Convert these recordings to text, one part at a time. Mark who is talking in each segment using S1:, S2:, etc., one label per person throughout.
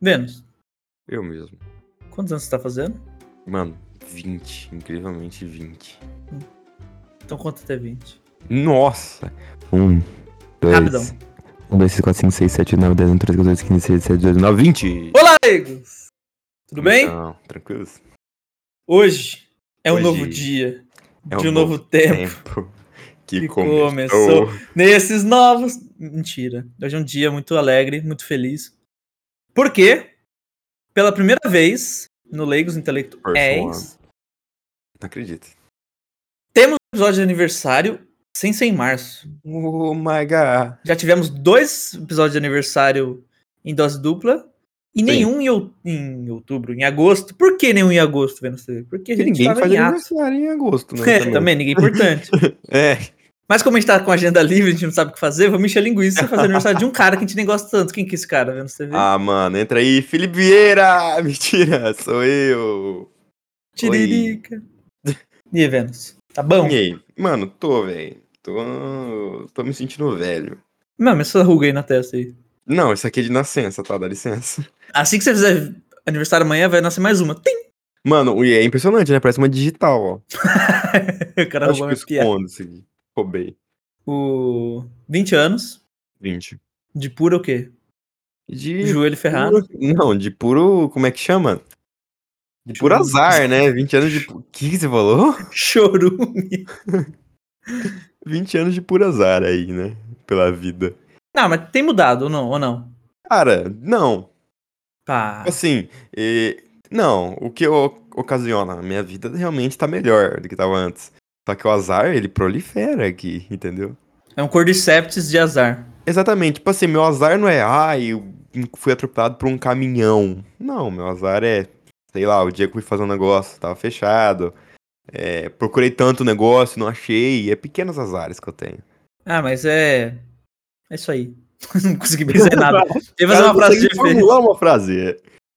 S1: Menos.
S2: Eu mesmo.
S1: Quantos anos você tá fazendo?
S2: Mano, 20. Incrivelmente 20.
S1: Então conta até 20.
S2: Nossa! 1, 2,
S1: Rapidão.
S2: 1, 2, 3, 4, 5, 6, 7, 8, 9, 10, 11, 13, 14, 15, 16, 17, 18, 19, 20!
S1: Olá, amigos! Tudo bem?
S2: Não, tranquilos?
S1: Hoje é um
S2: Então, Hoje
S1: novo dia
S2: É
S1: de um
S2: um
S1: novo, tempo.
S2: Tempo que,
S1: Que
S2: começou.
S1: começou. Nesses novos. Mentira. Hoje é um dia muito alegre, muito feliz. Porque, pela primeira vez no Leigos Intelectuais,
S2: First Não acredito.
S1: temos um episódio de aniversário sem ser em março.
S2: Oh my god.
S1: Já tivemos dois episódios de aniversário em dose dupla. E nenhum em, out- em outubro, em agosto. Por que nenhum em agosto, Vênus TV? Porque a
S2: Que
S1: gente
S2: ninguém
S1: tava
S2: faz
S1: em ato.
S2: aniversário em agosto, né?
S1: É, também, ninguém importante.
S2: É,
S1: Mas como a gente tá com a agenda livre, a gente não sabe o que fazer, vamos encher a linguiça e fazer aniversário de um cara que a gente nem gosta tanto. Quem que é esse cara, vendo TV?
S2: Ah, mano, entra aí, Felipe Vieira! Mentira, sou eu!
S1: Tiririca. E aí, Vênus? Tá bom?
S2: E aí? Mano, tô, velho. Tô, tô me sentindo velho.
S1: Mano, essa ruga aí na testa aí.
S2: Não, isso aqui é de nascença, tá? Dá licença.
S1: Assim que você fizer aniversário amanhã, vai nascer mais uma. Tem!
S2: Mano, e é impressionante, né? Parece uma digital, ó.
S1: O cara
S2: Acho
S1: roubou
S2: que assim, eu
S1: minha piada.
S2: escondo isso aqui. Roubei.
S1: O 20 anos
S2: 20.
S1: de pura o quê?
S2: De
S1: Joelho ferrado.
S2: puro- Não, de puro... Como é que chama? De puro azar, né? 20 anos de... pu- O que, que você falou?
S1: Chorume.
S2: 20 anos de puro azar aí, né? Pela vida.
S1: Não, mas tem mudado ou não? Ou não?
S2: Cara, não.
S1: Tá.
S2: Tipo Assim, eh, não, o que o- ocasiona? A minha vida realmente tá melhor do que tava antes. Só que o azar, ele prolifera aqui, entendeu?
S1: É um cordyceps de azar.
S2: Exatamente, tipo assim, meu azar não é, ai, eu fui atropelado por um caminhão. Não, meu azar é, sei lá, o dia que eu fui fazer um negócio, tava fechado. eh, procurei tanto negócio, não achei. É pequenos azares que eu tenho.
S1: Ah, mas é. É isso aí. não consegui pensar em nada. Eu ia fazer uma
S2: Cara,
S1: frase de
S2: consegui
S1: efeito.
S2: formular uma frase. é.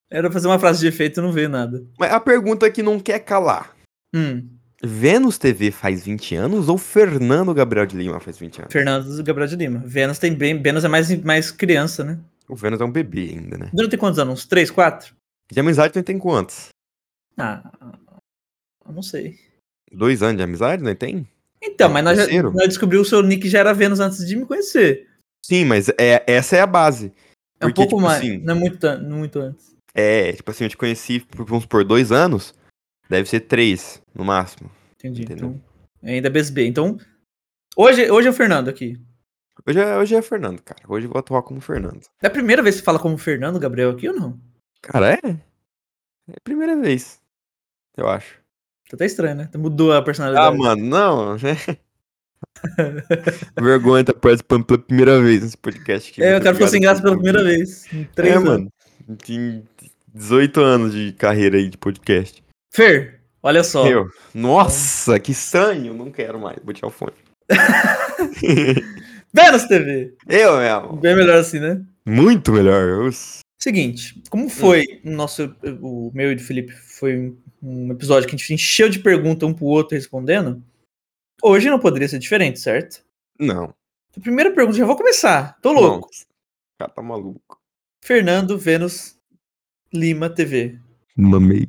S1: Era fazer uma frase de efeito e não veio nada.
S2: Mas a pergunta que não quer calar.
S1: Hum,
S2: Vênus TV faz 20 anos ou Fernando Gabriel de Lima faz 20 anos?
S1: Fernando e Gabriel de Lima. Vênus tem bem. Vênus é mais, mais criança, né?
S2: O Vênus é um bebê ainda, né?
S1: Vênus tem quantos anos? Uns 3, 4?
S2: De amizade não tem quantos?
S1: Ah. Eu não sei.
S2: Dois anos de amizade, não tem?
S1: Então, mas nós, já,
S2: É um Terceiro?
S1: nós descobrimos que o seu nick já era Vênus antes de me conhecer.
S2: Sim, mas é, essa é a base.
S1: É um
S2: Porque,
S1: pouco
S2: tipo
S1: mais.
S2: assim-
S1: Não é muito, an- não muito antes.
S2: É, tipo assim, eu te conheci, por- vamos por dois anos, deve ser três, no máximo.
S1: Entendi.
S2: Entendeu.
S1: Então, ainda BSB. Então. Hoje, hoje é o Fernando aqui.
S2: Hoje é, hoje é Fernando, cara. Hoje eu vou atuar como Fernando.
S1: É a primeira vez que você fala como Fernando Gabriel aqui ou não?
S2: Cara, é? É a primeira vez, eu acho.
S1: Tá até estranho, né? Mudou a
S2: Ah,
S1: personalidade.
S2: mano, não. né? Vergonha tá participando pela primeira vez nesse podcast. aqui.
S1: é, o
S2: Muito
S1: cara ficou sem
S2: obrigado
S1: graça
S2: por
S1: pela primeira vez. Em três
S2: é,
S1: anos.
S2: mano. Tem 18 anos de carreira aí de podcast.
S1: Fer, olha só.
S2: Meu, nossa, que estranho. Não quero mais. Vou tirar o fone.
S1: Vênus TV!
S2: Eu mesmo.
S1: Bem melhor assim, né?
S2: Muito melhor. Os-
S1: Seguinte,
S2: Hum.
S1: como foi o nosso. O meu e do Felipe foi um- um episódio que a gente encheu de pergunta um pro outro respondendo. Hoje não poderia ser diferente, certo?
S2: Não.
S1: A primeira pergunta, já vou começar. Tô louco.
S2: Não. O cara tá maluco.
S1: Fernando Vênus Lima TV.
S2: Mamei.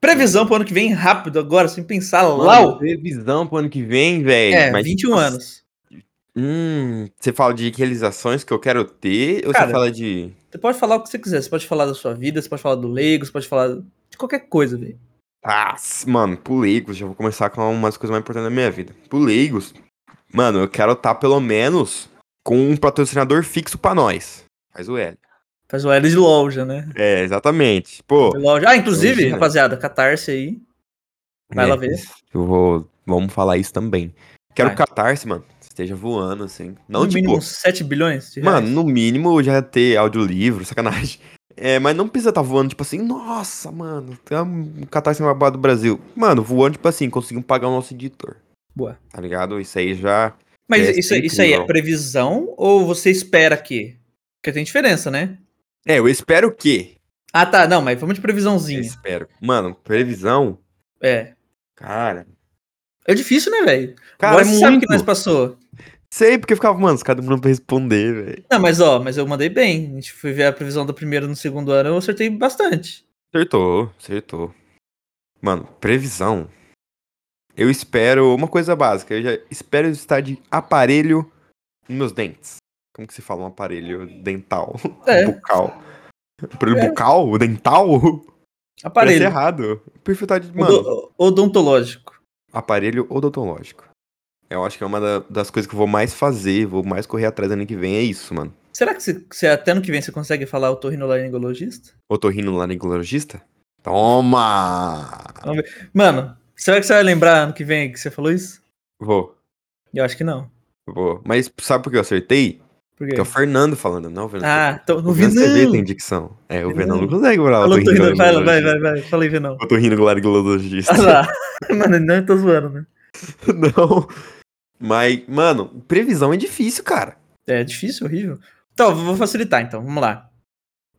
S1: Previsão pro ano que vem, rápido, agora, sem pensar. Lau!
S2: Previsão pro ano que vem, velho.
S1: É,
S2: mas- tipo,
S1: 21 anos.
S2: Hum, você fala de realizações que eu quero ter ou
S1: Cara,
S2: você fala de.
S1: Você pode falar o que você quiser. Você pode falar da sua vida, você pode falar do leigo, você pode falar de qualquer coisa, velho.
S2: Ah, s- mano, pro Leigos, já vou começar com uma das coisas mais importantes da minha vida. Pro Leigos, mano, eu quero estar pelo menos com um patrocinador fixo pra nós. Faz o L.
S1: Faz o L de loja, né?
S2: É, exatamente. Pô,
S1: Loja. Ah, inclusive,
S2: Imagina.
S1: rapaziada, catarse aí. Vai lá
S2: é,
S1: ver.
S2: Eu vou. Vamos falar isso também. Quero
S1: Vai.
S2: que o Catarse, mano, esteja voando, assim. Não,
S1: no
S2: tipo.
S1: mínimo uns 7 bilhões de reais.
S2: Mano, no mínimo já ter audiolivro, sacanagem. É, mas não precisa estar voando, tipo assim, nossa, mano, tá um catástrofe na babá do Brasil. Mano, voando, tipo assim, conseguimos pagar o nosso editor.
S1: Boa.
S2: Tá ligado? Isso aí já.
S1: Mas
S2: é,
S1: isso,
S2: é
S1: isso aí é
S2: incrível.
S1: previsão ou você espera que? Porque tem diferença, né?
S2: É, eu espero que.
S1: Ah, tá. Não, mas vamos de
S2: Eu
S1: previsãozinha.
S2: espero. Mano, previsão.
S1: É.
S2: Cara.
S1: É difícil, né, velho?
S2: Cara,
S1: Agora
S2: é
S1: você sabe o que
S2: muito.
S1: nós passou.
S2: Sei, porque ficava, mano, os caras demorando pra responder, velho.
S1: Não, mas ó, mas eu mandei bem. A gente foi ver a previsão do primeiro no segundo ano, eu acertei bastante.
S2: Acertou, acertou. Mano, previsão. Eu espero uma coisa básica. Eu já espero estar de aparelho nos meus dentes. Como que se fala um aparelho dental?
S1: É.
S2: Um Bucal. Aparelho
S1: É.
S2: bucal? Dental? Parece
S1: Aparelho.
S2: errado. Perfil tá de. Mano,
S1: Odo- odontológico.
S2: aparelho odontológico. Eu acho que é uma da- das coisas que eu vou mais fazer, vou mais correr atrás ano que vem. É isso, mano.
S1: Será que você, você- até ano que vem você consegue falar otorrinolaringologista?
S2: Otorrino laringologista? Toma!
S1: Mano, será que você vai lembrar ano que vem que você falou isso?
S2: Vou,
S1: Eu acho que não.
S2: vou. Mas sabe por que eu acertei?
S1: Por quê?
S2: Porque é o Fernando falando, não, Fernando.
S1: Ah, então,
S2: O
S1: o
S2: Fernando CG tem
S1: Vinão.
S2: dicção. É, o
S1: Não.
S2: Fernando né? não consegue falar
S1: Falou Torrinol- Vai, lá, vai,
S2: otorrinolaringologista.
S1: vai, vai. Falei Vinão.
S2: Otorrinolaringologista.
S1: Ah lá. Mano, não eu tô zoando, né?
S2: Não. Mas, mano, previsão é difícil, cara.
S1: É difícil, horrível. Então, vou facilitar então, vamos lá.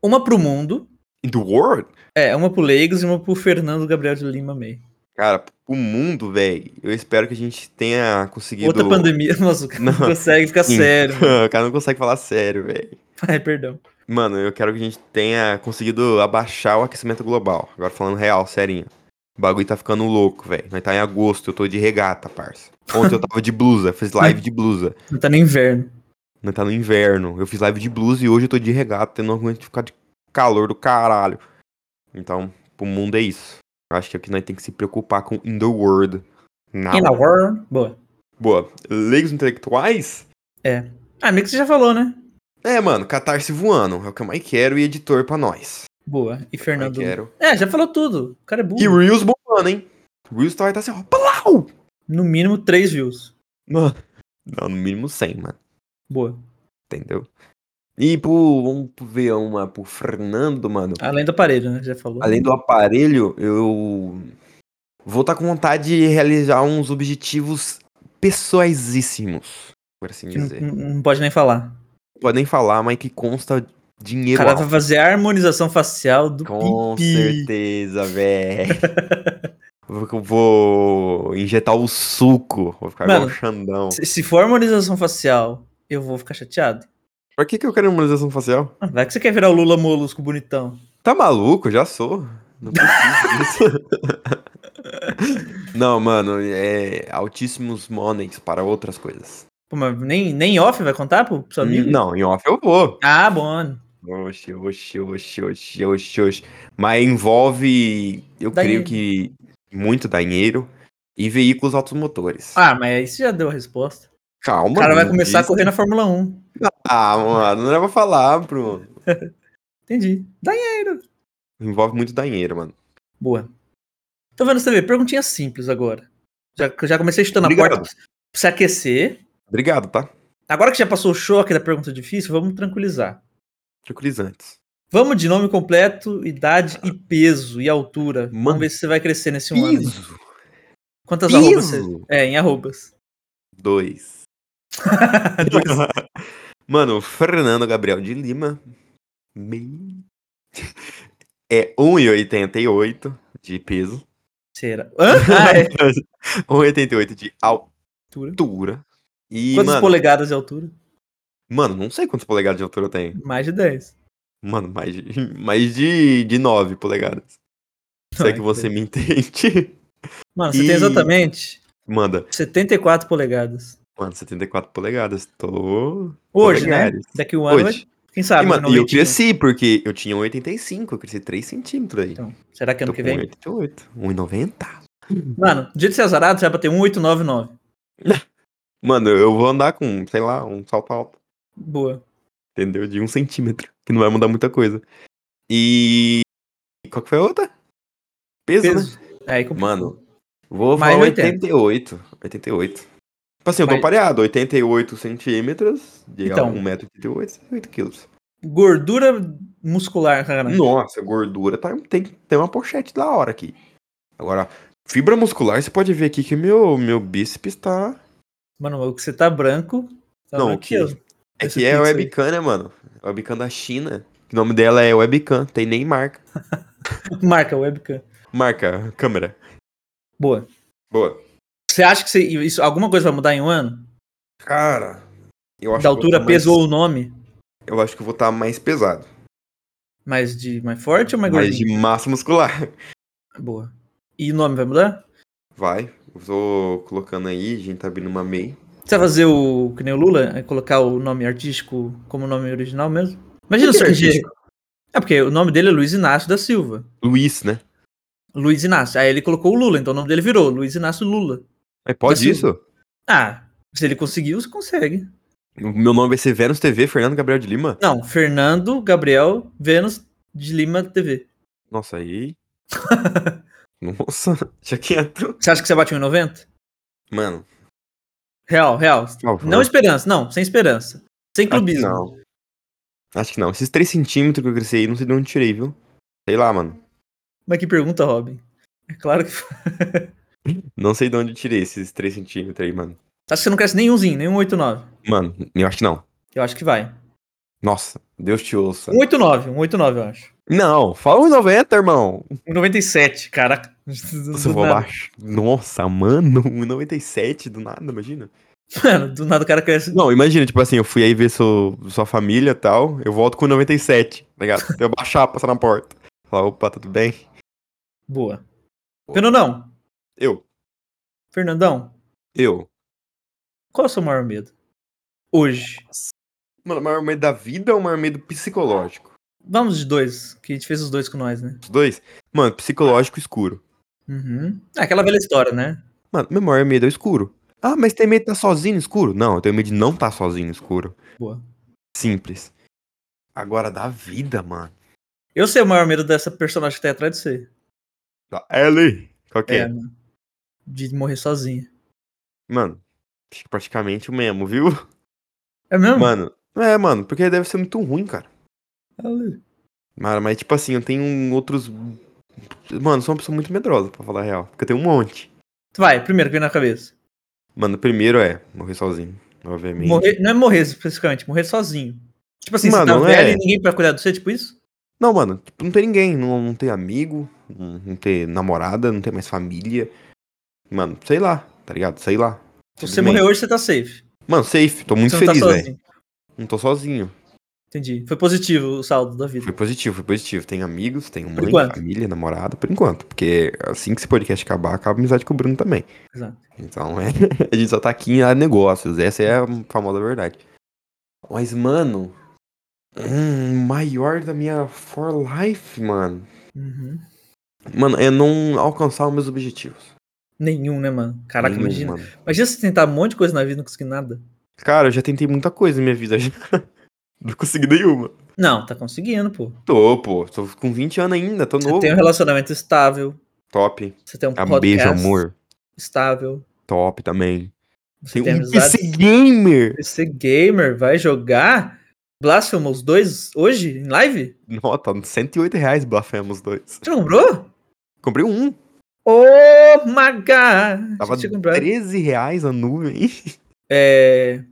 S1: Uma pro mundo,
S2: In the world?
S1: é, uma pro Leigos e uma pro Fernando Gabriel de Lima May.
S2: Cara, o mundo, velho. Eu espero que a gente tenha conseguido.
S1: Outra pandemia, né? nossa, o cara não
S2: Não.
S1: consegue ficar
S2: Sim.
S1: sério.
S2: o cara não consegue falar sério, velho.
S1: Ai, perdão.
S2: Mano, eu quero que a gente tenha conseguido abaixar o aquecimento global. Agora falando real, serinho. O bagulho tá ficando louco, velho. Nós tá em agosto, eu tô de regata, parça. Ontem eu tava de blusa, fiz live de blusa.
S1: Não tá no inverno.
S2: Nós tá no inverno. Eu fiz live de blusa e hoje eu tô de regata, eu não aguento ficar de calor do caralho. Então, pro mundo é isso. Eu acho que é o que nós tem que se preocupar com in the world. Now.
S1: In a war. Boa.
S2: Boa. Leigos intelectuais?
S1: Ah, meio que você já falou, né?
S2: É, mano, catarse voando. É o que eu mais quero e editor pra nós.
S1: Boa. E
S2: Mais
S1: Fernando.
S2: quero.
S1: É, já falou tudo. O cara é burro.
S2: E Reels bombando, hein? Reels tá, tá assim, ó. Palau!
S1: No mínimo três views.
S2: Mano. Não, no mínimo 100, mano.
S1: Boa.
S2: Entendeu? E pro, vamos ver uma pro Fernando, mano.
S1: Além do aparelho, né? Já falou.
S2: Além do aparelho, eu vou estar com vontade de realizar uns objetivos pessoaisíssimos, por assim
S1: Que não-
S2: dizer.
S1: não, não pode nem falar.
S2: Podem falar, mas que consta
S1: O
S2: dinheiro
S1: cara
S2: alto.
S1: vai fazer a harmonização facial do
S2: Com
S1: pipi.
S2: certeza, velho. Eu vou injetar o suco. Vou ficar igual
S1: Mano,
S2: o Xandão.
S1: Se, se for harmonização facial, eu vou ficar chateado.
S2: Pra que, que eu quero harmonização facial?
S1: Ah, Vai que você quer virar o Lula molusco bonitão.
S2: Tá maluco? Já sou. Não preciso disso. Não, mano, é altíssimos monies para outras coisas.
S1: Pô, mas nem, nem off vai contar pro pro seu amigo?
S2: Não, em off eu vou.
S1: Ah, bom.
S2: Oxi, oxi, oxi, oxi, oxi, oxi. Mas envolve, eu
S1: Danheiro.
S2: creio que muito dinheiro e veículos automotores.
S1: Ah, mas aí você já deu a resposta.
S2: Calma.
S1: O cara vai
S2: não
S1: começar a
S2: diz-
S1: correr na Fórmula 1.
S2: Ah, mano, não era pra falar, Bruno.
S1: Entendi. Daí é.
S2: Envolve muito dinheiro, mano.
S1: Boa. Tô vendo você ver, perguntinha simples agora. Já, já comecei chutando a
S2: Obrigado.
S1: porta pra se aquecer.
S2: Obrigado, tá?
S1: Agora que já passou o choque da pergunta difícil, vamos tranquilizar.
S2: Tranquilizantes.
S1: Vamos de nome completo, idade e peso e altura. Vamos
S2: Mano.
S1: ver se você vai crescer nesse um ano.
S2: Piso.
S1: Quantas arrobas você...
S2: Piso.
S1: É, em arrobas.
S2: Dois. mano, Fernando Gabriel de Lima. Meio. É 1,88 de peso.
S1: Será? Hã? Ah, é.
S2: 1,88 de
S1: Altura.
S2: altura. E,
S1: Quantas
S2: mano,
S1: polegadas de altura?
S2: mano, não sei quantos polegadas de altura eu tenho.
S1: Mais de 10.
S2: Mano, mais de, mais de, de 9 polegadas. Se é
S1: Ai,
S2: que você me entende.
S1: Mano, você tem
S2: E-
S1: exatamente
S2: Manda.
S1: 74 polegadas.
S2: Mano, 74 polegadas. Tô.
S1: Hoje, né?
S2: Polegares.
S1: Daqui um ano,
S2: Hoje.
S1: quem sabe?
S2: e, mano,
S1: no
S2: e eu
S1: 91.
S2: cresci, porque eu tinha 1,85. Eu cresci 3 centímetros aí.
S1: Então, será que ano
S2: Tô
S1: que
S2: com
S1: vem?
S2: 1,88. 1,90.
S1: Mano, dia de ser azarado, você vai bater 1899.
S2: Mano, eu vou andar com, sei lá, um salto alto.
S1: Boa.
S2: Entendeu? De um centímetro. Que não vai mudar muita coisa. E. Qual que foi a outra? Peso, né?
S1: Peso. Aí, complicou.
S2: Mano, vou
S1: Mais
S2: falar
S1: 80.
S2: 88. 88. Tipo assim, eu tô
S1: Mas-
S2: pareado. 88 centímetros de
S1: Então.
S2: 1,88m, 8 quilos.
S1: Gordura muscular, cara.
S2: Nossa, gordura tá, tem, tem uma pochete da hora aqui. Agora, fibra muscular, você pode ver aqui que meu, meu bíceps tá...
S1: Mano, o que você tá branco. Tá
S2: Não,
S1: branco
S2: que-
S1: eu.
S2: É
S1: Esse
S2: que é
S1: pix aí.
S2: webcam, né, mano? Webcam da China. O nome dela é webcam, tem nem marca.
S1: Marca, webcam.
S2: Marca, câmera.
S1: Boa.
S2: Boa.
S1: Você acha que você- isso, alguma coisa vai mudar em um ano?
S2: Cara, eu acho
S1: da altura,
S2: que eu vou tá mais-
S1: peso ou nome?
S2: Eu acho que eu vou estar mais pesado.
S1: Mais, de, mais forte ou mais
S2: mais
S1: gordinho?
S2: de massa muscular.
S1: Boa. E o nome vai mudar?
S2: Vai. Eu tô colocando aí, a gente tá abrindo uma MEI.
S1: Você vai fazer o que nem o Lula? é Colocar o nome artístico como nome original mesmo? Imagina o
S2: Por que
S1: Serginho.
S2: artístico?
S1: É porque o nome dele é Luiz Inácio da Silva.
S2: Luiz, né?
S1: Luiz Inácio. Aí ele colocou o Lula, então o nome dele virou Luiz Inácio Lula.
S2: Mas pode
S1: Da
S2: isso?
S1: Ah, se ele conseguiu, você consegue.
S2: O Meu nome vai ser Vênus TV, Fernando Gabriel de Lima?
S1: Não, Fernando Gabriel Vênus de Lima TV.
S2: Nossa, aí. Nossa, já quieto.
S1: Você acha que você bate 1,90?
S2: Mano,
S1: Real, real.
S2: por favor.
S1: Não esperança, não, sem esperança. Sem
S2: Acho que
S1: clubismo.
S2: não. Acho que não. Esses 3 centímetros que eu cresci aí, não sei de onde tirei, viu? Sei lá, mano.
S1: Mas que pergunta, Robin? É claro que.
S2: Não sei de onde eu tirei esses 3 centímetros aí, mano.
S1: Acho que você não cresce nenhumzinho, nenhum 89.
S2: Mano, eu acho que não.
S1: um Eu acho que vai.
S2: Nossa, Deus te ouça.
S1: 189, 189, eu acho.
S2: Não, fala uns 90, irmão.
S1: 197, caraca.
S2: Nossa, eu
S1: Do
S2: vou
S1: nada.
S2: abaixo. Nossa, mano, 1,97 do nada, imagina.
S1: Mano, do nada o cara cresce.
S2: Não, imagina, tipo assim, eu fui aí ver seu- sua família e tal, eu volto com 97, tá ligado? Eu baixar, passar na porta. Falar, opa, tudo bem?
S1: Boa. Fernandão,
S2: Eu,
S1: Fernandão,
S2: eu.
S1: qual é o seu maior medo? Hoje.
S2: Mano, o maior medo da vida ou o maior medo psicológico?
S1: Vamos de dois, que a gente fez os dois com nós, né?
S2: Os dois? Mano, psicológico escuro.
S1: Uhum. É aquela velha história, né?
S2: Mano, meu maior medo é o escuro. Ah, mas tem medo de estar sozinho no escuro? Não, eu tenho medo de não estar sozinho no escuro.
S1: Boa.
S2: Simples. Agora, da vida, mano.
S1: Eu sei o maior medo dessa personagem que tá atrás de você.
S2: Da Ellie. Qual que é?
S1: mano. De morrer sozinha.
S2: Mano, acho que praticamente o mesmo, viu?
S1: É mesmo?
S2: Mano, é, mano, porque deve ser muito ruim, cara.
S1: Ali.
S2: Mano, mas tipo assim, eu tenho outros. Mano, sou uma pessoa muito medrosa, pra falar a real. Porque eu tenho um monte.
S1: Vai, primeiro que vem na cabeça.
S2: Mano, o primeiro é morrer sozinho, obviamente.
S1: Morrer, não é morrer especificamente, morrer sozinho. Tipo assim,
S2: Mano,
S1: você tá
S2: não
S1: velho
S2: é.
S1: e ninguém pra cuidar de você, tipo isso?
S2: Não, mano, tipo, não tem ninguém. Não, não tem amigo, não, não tem namorada, não tem mais família. Mano, sei lá, tá ligado? Sei lá.
S1: Se você
S2: Simplesmente.
S1: morrer hoje, você tá safe.
S2: Mano, safe, tô muito
S1: você
S2: feliz,
S1: não tá
S2: velho.
S1: sozinho.
S2: Não tô sozinho.
S1: Entendi. Foi positivo o saldo da vida.
S2: Foi positivo, foi positivo. Tenho amigos, tenho
S1: Por
S2: mãe,
S1: enquanto.
S2: família, namorada, por enquanto. Porque assim que esse podcast acabar, acaba a amizade com o Bruno também.
S1: Exato.
S2: Então, é, a gente só tá aqui em área de negócios. Essa é a famosa verdade. Mas, mano, hum, maior da minha for life, mano.
S1: Uhum.
S2: Mano, é não alcançar os meus objetivos.
S1: Nenhum, né, mano? Caraca,
S2: Nenhum,
S1: imagina.
S2: mano.
S1: Imagina você tentar um monte de coisa na vida e não conseguir nada.
S2: Cara, eu já tentei muita coisa na minha vida já. Não consegui nenhuma.
S1: Não, tá conseguindo, pô.
S2: Tô, pô. Tô com 20 anos ainda, tô
S1: Você
S2: novo.
S1: tem um relacionamento estável,
S2: Top.
S1: você tem um
S2: Ah,
S1: podcast
S2: beijo, amor.
S1: estável,
S2: Top também.
S1: você
S2: Tem
S1: tem
S2: um
S1: amizade.
S2: PC Gamer.
S1: Esse gamer vai jogar Blasphemous 2 hoje, em live?
S2: Nota, R$ 108 reais Blasphemous 2.
S1: Você não comprou?
S2: Comprei um.
S1: Oh my god!
S2: Tava
S1: Tinha que comprar.
S2: 13 reais a nuvem.
S1: É.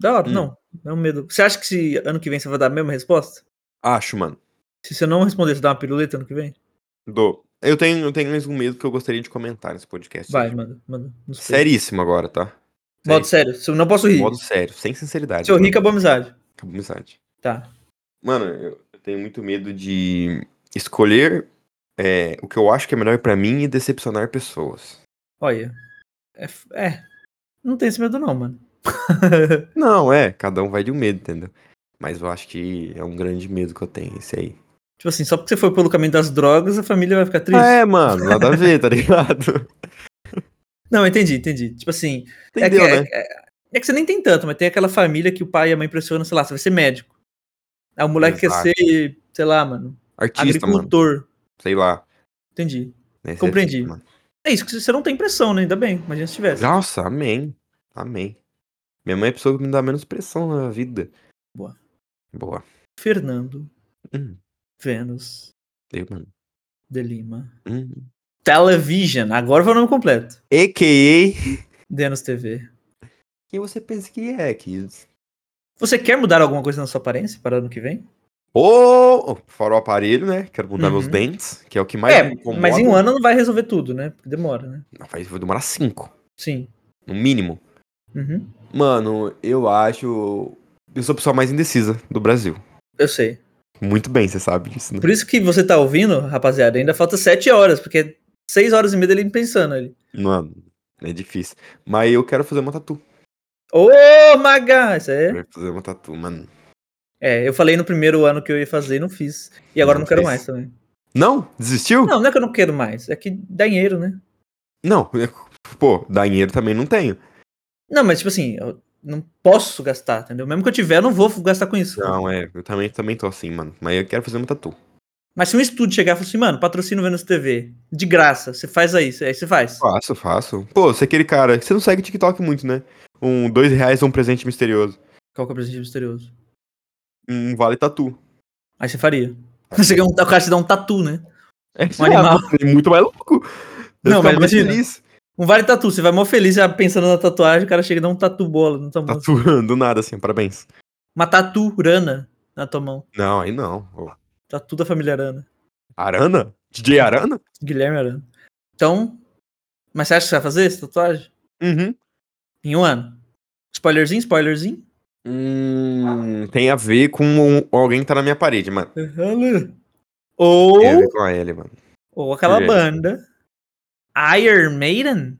S1: Da hora,
S2: Hum.
S1: não. É um medo. Você acha que se ano que vem você vai dar a mesma resposta?
S2: Acho, mano.
S1: Se você não responder, você dá uma piruleta ano que vem?
S2: Do. Eu tenho, eu tenho mais um medo que eu gostaria de comentar nesse podcast.
S1: Vai, manda, manda. Não sei.
S2: Seríssimo agora, tá?
S1: Modo sério. Se eu não posso rir.
S2: Modo sério, sem sinceridade.
S1: Se eu
S2: mano.
S1: rir, acabou a amizade.
S2: Acabou a amizade.
S1: Tá.
S2: Mano, eu, eu tenho muito medo de escolher é, o que eu acho que é melhor pra mim e decepcionar pessoas.
S1: Olha. É. f- é. Não tem esse medo, não, mano.
S2: Não, é, cada um vai de um medo, entendeu? Mas eu acho que é um grande medo que eu tenho, esse aí.
S1: tipo assim, só porque você foi pelo caminho das drogas, a família vai ficar triste.
S2: Ah, é, mano, nada a ver, tá ligado?
S1: Não, entendi, entendi. Tipo assim, é que,
S2: Entendeu, né?
S1: é, é- é que você nem tem tanto, mas tem aquela família que o pai e a mãe pressionam, sei lá, você vai ser médico. Aí o moleque
S2: Exato.
S1: quer ser, sei lá, mano,
S2: Artista, mano.
S1: agricultor.
S2: Sei lá.
S1: Entendi.
S2: né, esse
S1: Compreendi.
S2: artista, mano.
S1: É isso, que você não tem pressão, né? Ainda bem, imagina se tivesse.
S2: Nossa, amém. Amém. Minha mãe é a pessoa que me dá menos pressão na vida.
S1: Boa.
S2: Boa.
S1: Fernando
S2: Hum,
S1: Vênus
S2: eu, mano.
S1: de Lima.
S2: Hum.
S1: Television, agora foi o nome completo.
S2: AKA.
S1: Vênus TV.
S2: Quem você pensa que é, kids?
S1: Você quer mudar alguma coisa na sua aparência para o ano que vem?
S2: Ô! fora o aparelho, né? Quero mudar
S1: Uhum.
S2: meus dentes, que é o que mais me
S1: é,
S2: incomoda.
S1: mas em um ano não vai resolver tudo, né? Porque demora, né?
S2: Não, Vai vai demorar cinco,
S1: Sim.
S2: no mínimo.
S1: Uhum.
S2: Mano, eu acho. Eu sou a pessoa mais indecisa do Brasil.
S1: Eu sei.
S2: Muito bem, você sabe disso, né?
S1: Por isso que você tá ouvindo, rapaziada, ainda falta 7 horas, porque 6 horas e meia dele pensando ali.
S2: Mano, é difícil. Mas eu quero fazer uma tatu.
S1: Ô, Maga! Isso aí.
S2: Quero fazer uma tatu, mano.
S1: É, eu falei no primeiro ano que eu ia fazer e não fiz. E agora
S2: Não
S1: não, quero
S2: fez.
S1: mais também.
S2: Não? Desistiu?
S1: Não, não é que eu não quero mais, é que dá dinheiro, né?
S2: Não. Pô, dinheiro também não tenho.
S1: Não, mas tipo assim, eu não posso gastar, entendeu? Mesmo que eu tiver, eu não vou gastar com isso.
S2: Não, é. Eu também, também tô assim, mano. Mas eu quero fazer uma tatu.
S1: Mas se um estúdio chegar e falar assim, mano, patrocina o Vênus TV, de graça, você faz aí, aí você faz.
S2: Faço, faço. Pô, você é aquele cara. que Você não segue TikTok muito, né? Um dois reais é um presente misterioso.
S1: Qual que é o presente misterioso?
S2: Um vale tatu.
S1: Aí você faria. Você ganha um, o cara te dá um tatu, né?
S2: É
S1: Um animal.
S2: muito mais louco. Eu
S1: Não, mas
S2: fico muito
S1: imagina.
S2: feliz.
S1: Um vale tatu, você vai mó feliz já pensando na tatuagem, o cara chega e dá um tatu bola na tua mão.
S2: Tatuando do nada, assim, parabéns.
S1: Uma taturana na tua mão.
S2: Não, aí não. Ô,
S1: Tatu da família Arana.
S2: Arana? DJ Arana?
S1: Guilherme Arana. Então, mas você acha que você vai fazer essa tatuagem?
S2: Uhum.
S1: Em um ano? Spoilerzinho, spoilerzinho?
S2: Hum, tem a ver com um- alguém que tá na minha parede, mano.
S1: Ou,
S2: Tem a ver com a Ellie, mano.
S1: ou aquela
S2: É.
S1: banda, Iron Maiden?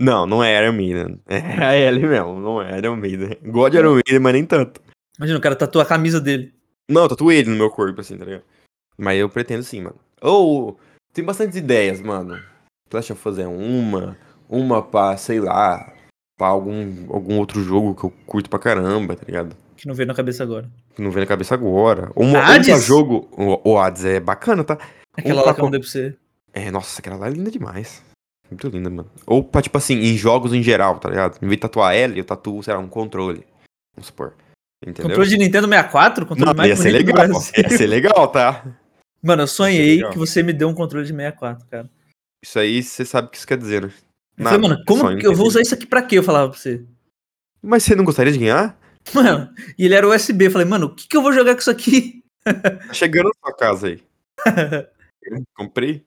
S2: Não, não é Iron Maiden. É a Ellie mesmo, não é Iron Maiden. Gosto
S1: É.
S2: de Iron Maiden, mas nem tanto.
S1: Imagina, o cara tatua a camisa dele.
S2: Não, eu tatuei ele no meu corpo, assim, tá ligado? Mas eu pretendo sim, mano. Ou, tem bastantes ideias, mano. Tu acha fazer uma, uma pra, sei lá, pra algum, algum outro jogo que eu curto pra caramba, tá ligado?
S1: Que não veio na cabeça agora.
S2: Que não vem na cabeça agora. Uma, um
S1: Hades?
S2: pra jogo. O, o Hades é bacana, tá?
S1: Aquela lá
S2: Um pra
S1: que eu mandei pra você.
S2: É, nossa, aquela lá é linda demais. Muito linda, mano. Ou pra, tipo assim, em jogos em geral, tá ligado? Em vez de tatuar L, eu tatuo, sei lá, um controle. Vamos supor. Entendeu?
S1: Controle de Nintendo 64? Controle
S2: Não,
S1: mais
S2: ia ser
S1: bonito é do
S2: legal.
S1: Brasil.
S2: Ia ser legal, tá?
S1: Mano, eu sonhei
S2: legal.
S1: que você me deu um controle de 64, cara.
S2: Isso aí você sabe o que isso quer dizer, né?
S1: Eu falei, mano, como
S2: sonho
S1: que eu vou
S2: entendi.
S1: usar isso aqui pra quê? Eu falava pra você.
S2: Mas você não gostaria de ganhar?
S1: Mano, e ele era USB. Eu falei, mano, o que que eu vou jogar com isso aqui?
S2: Tá Chegando na sua casa aí. Comprei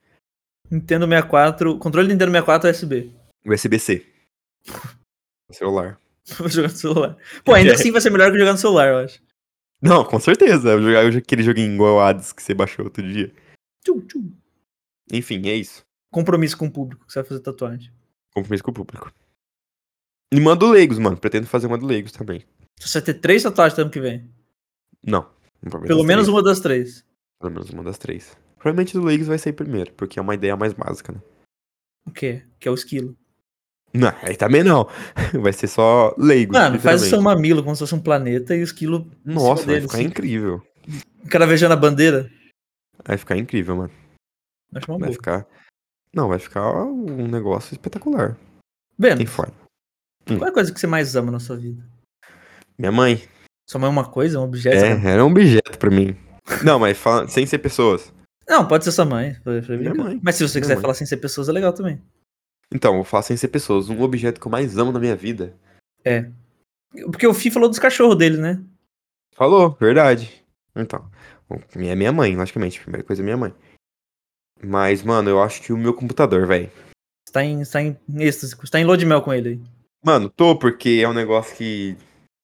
S1: Nintendo 64, controle de Nintendo 64 USB.
S2: USB-C. No celular.
S1: Vou jogar no celular. Pô, ainda assim vai ser melhor que jogar no celular, eu acho.
S2: Não, com certeza. Eu jogar aquele joguinho igual ao Hades que você baixou outro dia.
S1: Tchum, tchum.
S2: Enfim, é isso.
S1: Compromisso com o público que você vai fazer tatuagem.
S2: Compromisso com o público. E uma do Leigos, mano. Pretendo fazer uma do Leigos também.
S1: Você vai ter três tatuagens no ano que vem.
S2: Não. não provavelmente
S1: Pelo
S2: as
S1: menos
S2: três.
S1: uma das três.
S2: Pelo menos uma das três. Provavelmente do Leigos vai sair primeiro, porque é uma ideia mais básica, né?
S1: O quê? Que é o esquilo.
S2: Não, aí também não. Vai ser só Leigos.
S1: Mano, faz o seu
S2: literalmente.
S1: mamilo como se fosse um planeta e o esquilo em cima
S2: Nossa, vai
S1: dele,
S2: ficar
S1: assim,
S2: incrível.
S1: cravejando a bandeira.
S2: Vai ficar incrível, mano.
S1: Tá Acho uma
S2: Vai
S1: boa.
S2: ficar. Não, vai ficar um negócio espetacular. Tem
S1: Bem,
S2: forma.
S1: qual é a coisa que você mais ama na sua vida?
S2: Minha mãe.
S1: Sua mãe é uma coisa, um objeto? sabe?
S2: É, era um objeto pra mim. Não, mas fala- sem ser pessoas.
S1: Não, pode ser sua mãe. foi- foi
S2: É. Minha
S1: brincando.
S2: mãe.
S1: Mas se você
S2: Minha
S1: quiser
S2: mãe.
S1: falar sem ser pessoas, é legal também.
S2: Então, eu falo sem ser pessoas. Um objeto que eu mais amo na minha vida.
S1: Porque o Fih falou dos cachorros dele, né?
S2: Falou, verdade. Então, o- é minha mãe, logicamente. A primeira coisa é minha mãe. Mas, mano, eu acho que o meu computador, velho.
S1: Você tá em, você tá em êxtase, você tá em lua de mel com ele aí.
S2: Mano, tô porque é um negócio que.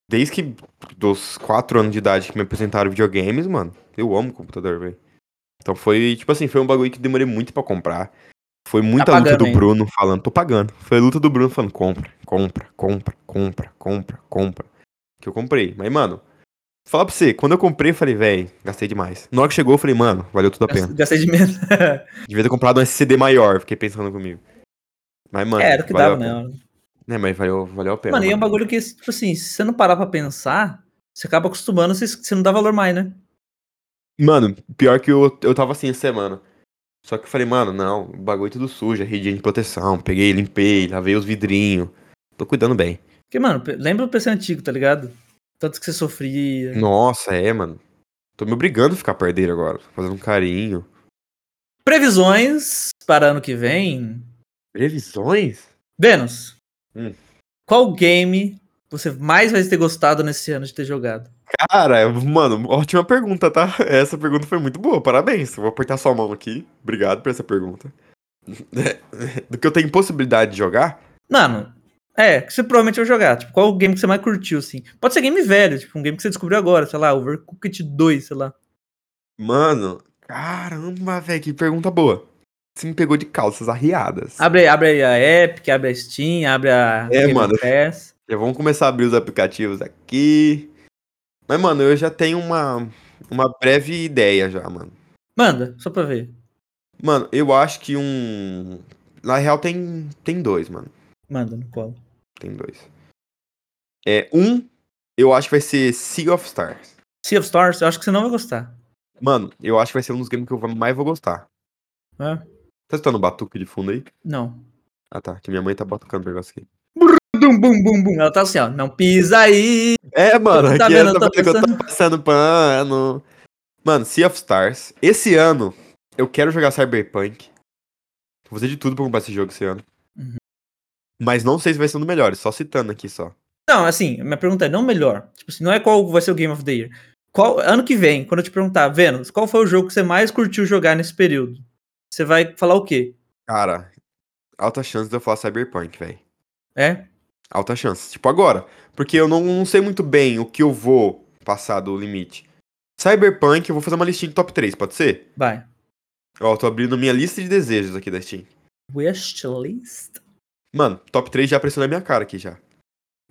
S2: Desde que. Dos 4 anos de idade que me apresentaram videogames, mano. Eu amo computador, velho. Então foi, tipo assim, foi um bagulho que demorei muito pra comprar. Foi muita luta
S1: Tá pagando
S2: do
S1: ainda.
S2: Bruno falando, tô pagando. Foi a luta do Bruno falando, compra, compra, compra, compra, compra, compra. Que eu comprei. Mas, mano, fala pra você, quando eu comprei, eu falei, velho, gastei demais. Na hora que chegou, eu falei, mano, valeu tudo a pena.
S1: Gastei de menos.
S2: Devia ter comprado um SCD maior, fiquei pensando comigo. Mas, mano,
S1: é, era o que
S2: valeu
S1: dava,
S2: a pena.
S1: né?
S2: É, mas valeu, valeu a pena.
S1: Mano, e é um
S2: mano.
S1: bagulho que, tipo assim, se você não parar pra pensar, você acaba acostumando, você, você não dá valor mais, né?
S2: Mano, pior que eu, eu tava assim essa semana. Só que eu falei, mano, não, o bagulho é tudo sujo, é redinha de proteção. Peguei, limpei, lavei os vidrinhos. Tô cuidando bem.
S1: Porque, mano, pe- lembra o PC antigo, tá ligado? Tanto que você sofria.
S2: Nossa, é, mano. Tô me obrigando a ficar perto dele agora. Tô fazendo um carinho.
S1: Previsões para ano que vem.
S2: Previsões?
S1: Vênus,
S2: Hum.
S1: qual game você mais vai ter gostado nesse ano de ter jogado?
S2: Cara, eu- mano, ótima pergunta, tá? Essa pergunta foi muito boa, parabéns. Eu Vou apertar sua mão aqui. Obrigado por essa pergunta. Do que eu tenho possibilidade de jogar?
S1: Mano, É, que você provavelmente vai jogar. Tipo, qual o game que você mais curtiu, assim? Pode ser game velho, tipo, um game que você descobriu agora, sei lá, Overcooked 2, sei lá.
S2: Mano, caramba, velho, que pergunta boa. Você me pegou de calças arriadas.
S1: Abre, abre aí a Epic, abre a Steam, abre a
S2: É, mano.
S1: Pass.
S2: Já vamos começar a abrir os aplicativos aqui. Mas, mano, eu já tenho uma, uma breve ideia já, mano.
S1: Manda, só pra ver.
S2: Mano, eu acho que um. Na real, tem, tem dois, mano.
S1: Manda no colo.
S2: Tem dois. É, um, eu acho que vai ser Sea of Stars.
S1: Sea of Stars, eu acho que você não vai gostar.
S2: Mano, eu acho que vai ser um dos games que eu mais vou gostar.
S1: né?
S2: Tá escutando o batuque de fundo aí?
S1: Não.
S2: Ah, tá. Que minha mãe tá batucando o negócio aqui.
S1: Bum, bum, bum, bum. Ela tá assim, ó. Não pisa aí.
S2: É, mano,
S1: Tá
S2: aqui
S1: vendo?
S2: essa
S1: Eu tô
S2: música eu tô passando pano. Mano, Sea of Stars. Esse ano, eu quero jogar Cyberpunk. Vou fazer de tudo pra comprar esse jogo esse ano.
S1: Uhum.
S2: Mas não sei se vai ser um dos melhores, só citando aqui só.
S1: Não, assim, minha pergunta é não melhor. Tipo assim, não é qual vai ser o Game of the Year. Qual, ano que vem, quando eu te perguntar, Vênus, qual foi o jogo que você mais curtiu jogar nesse período? Você vai falar o quê?
S2: Cara, alta chance de eu falar Cyberpunk, velho.
S1: É?
S2: Alta chance. Tipo agora. Porque eu não, não sei muito bem o que eu vou passar do limite. Cyberpunk, eu vou fazer uma listinha de top 3, pode ser?
S1: Vai.
S2: Ó, eu tô abrindo minha lista de desejos aqui da Steam.
S1: Wishlist?
S2: Mano, top 3 já apareceu na minha cara aqui já.